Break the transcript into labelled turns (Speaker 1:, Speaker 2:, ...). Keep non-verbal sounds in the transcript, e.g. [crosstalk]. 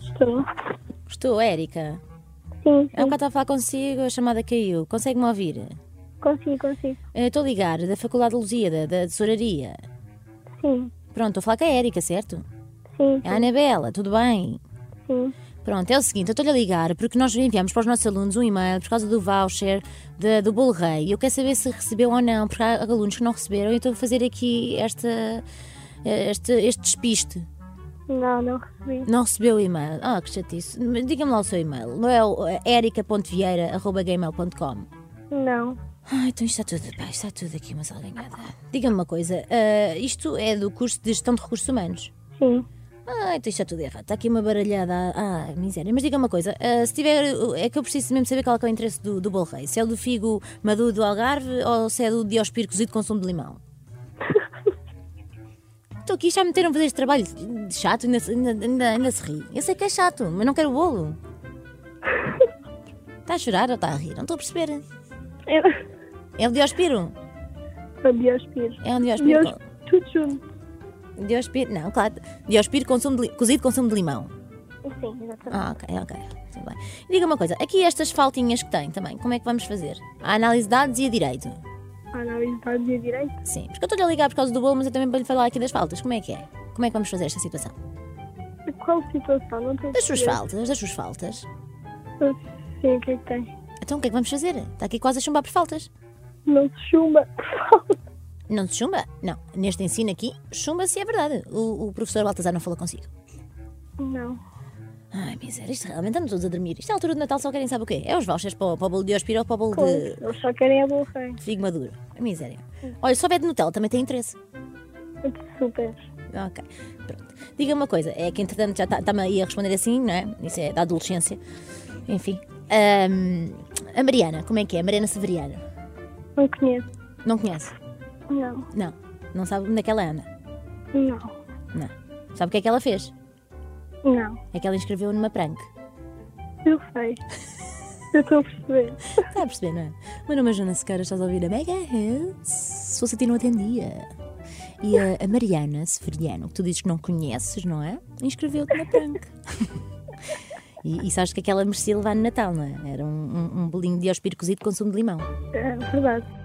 Speaker 1: Estou.
Speaker 2: Estou, Érica.
Speaker 1: Sim,
Speaker 2: Há
Speaker 1: sim.
Speaker 2: bocado estava a falar consigo, a chamada caiu. Consegue-me ouvir?
Speaker 1: Consigo, consigo.
Speaker 2: Eh, Estou a ligar da Faculdade de Lusíada, da Tesouraria.
Speaker 1: Sim,
Speaker 2: Pronto, estou a falar com a Érica, certo?
Speaker 1: sim,
Speaker 2: É a Anabela, tudo bem?
Speaker 1: sim.
Speaker 2: Pronto, é o seguinte, eu estou-lhe a ligar porque nós enviamos para os nossos alunos um e-mail por causa do voucher da- do Bolo Rei e eu quero saber se recebeu ou não, porque há alunos que não receberam e eu estou a fazer aqui esta, este, este despiste.
Speaker 1: Não, não recebi.
Speaker 2: Não recebeu o e-mail. Ah, que chatice. Mas Diga-me lá o seu e-mail. Não é o é erica.vieira.gmail.com
Speaker 1: Não.
Speaker 2: Ai, então isto está tudo, pá, isto está tudo aqui uma salganhada. Diga-me uma coisa, ah, isto é do curso de Gestão de Recursos Humanos?
Speaker 1: Sim.
Speaker 2: Ah, então isto está tudo errado. Está aqui uma baralhada. Ah, miséria. Mas diga uma coisa: ah, se tiver. É que eu preciso mesmo saber qual é, que é o interesse do, do bolo rei. Se é o do figo maduro do Algarve ou se é do diospiro cozido com sumo de limão? Estou aqui já a meter a fazer este trabalho chato, ainda, se- ainda, ainda, ainda se ri. Eu sei que é chato, mas não quero o bolo. Está a chorar ou está a rir? Não estou a perceber.
Speaker 1: Eu... [laughs]
Speaker 2: É o diospiro?
Speaker 1: Deus, Pires.
Speaker 2: É um diospiro.
Speaker 1: Deus,
Speaker 2: com-
Speaker 1: tudo junto.
Speaker 2: Diospiro, não, claro. Diospiro com sumo de li- cozido com sumo de limão.
Speaker 1: Sim, exatamente.
Speaker 2: Ah, ok, ok. Tudo bem. Diga uma coisa, aqui estas faltinhas que tem também, como é que vamos fazer? A análise de dados e a direito.
Speaker 1: A análise de dados e direito.
Speaker 2: Sim, porque eu estou-lhe a ligar por causa do bolo, mas eu também vou lhe falar aqui das faltas. Como é que é? Como é que vamos fazer esta situação?
Speaker 1: Qual situação? Não estou a
Speaker 2: Das suas
Speaker 1: perceber.
Speaker 2: faltas, das suas faltas.
Speaker 1: Sim, o que é que tem?
Speaker 2: Então o que é que vamos fazer? Está aqui quase a chumbar por faltas.
Speaker 1: Não se chumba. [laughs] por favor.
Speaker 2: Não se chumba? Não. Neste ensino aqui, chumba-se é verdade. O, o professor Baltazar não falou consigo.
Speaker 1: Não.
Speaker 2: Ai, miséria, isto realmente andam todos a dormir. Isto é a altura do Natal, só querem saber o quê? É os vouchers para, o- para o bolo de Ospiro ou para o bolo
Speaker 1: Pois,
Speaker 2: de
Speaker 1: eles só querem a bolsa. hein?
Speaker 2: de figo maduro? A miséria. Olha, se souber de Nutella também tem interesse.
Speaker 1: Super.
Speaker 2: Ok, pronto. Diga uma coisa, é que entretanto já está-me aí a responder assim, não é? Isso é da adolescência. Enfim. Ahm, a Mariana, como é que é? A Mariana Severiano.
Speaker 1: Não conheço.
Speaker 2: Não conhece?
Speaker 1: Não.
Speaker 2: Não. Não sabe onde é que ela anda?
Speaker 1: Não.
Speaker 2: Não. Sabe o que é que ela fez?
Speaker 1: Não.
Speaker 2: É que ela inscreveu numa prank.
Speaker 1: Eu sei. Eu estou a perceber.
Speaker 2: Está a perceber, não é? Meu nome é Joana Sequeira, estás a ouvir a Mega Hits. Se fosse a ti, não atendia. E a, a Mariana Severiano, que tu dizes que não conheces, não é? Inscreveu-te na prank. [laughs] E, e sabes que aquela merecia levar no Natal, não é? Era um, um, um bolinho de hóspede cozido com sumo de limão.
Speaker 1: É verdade.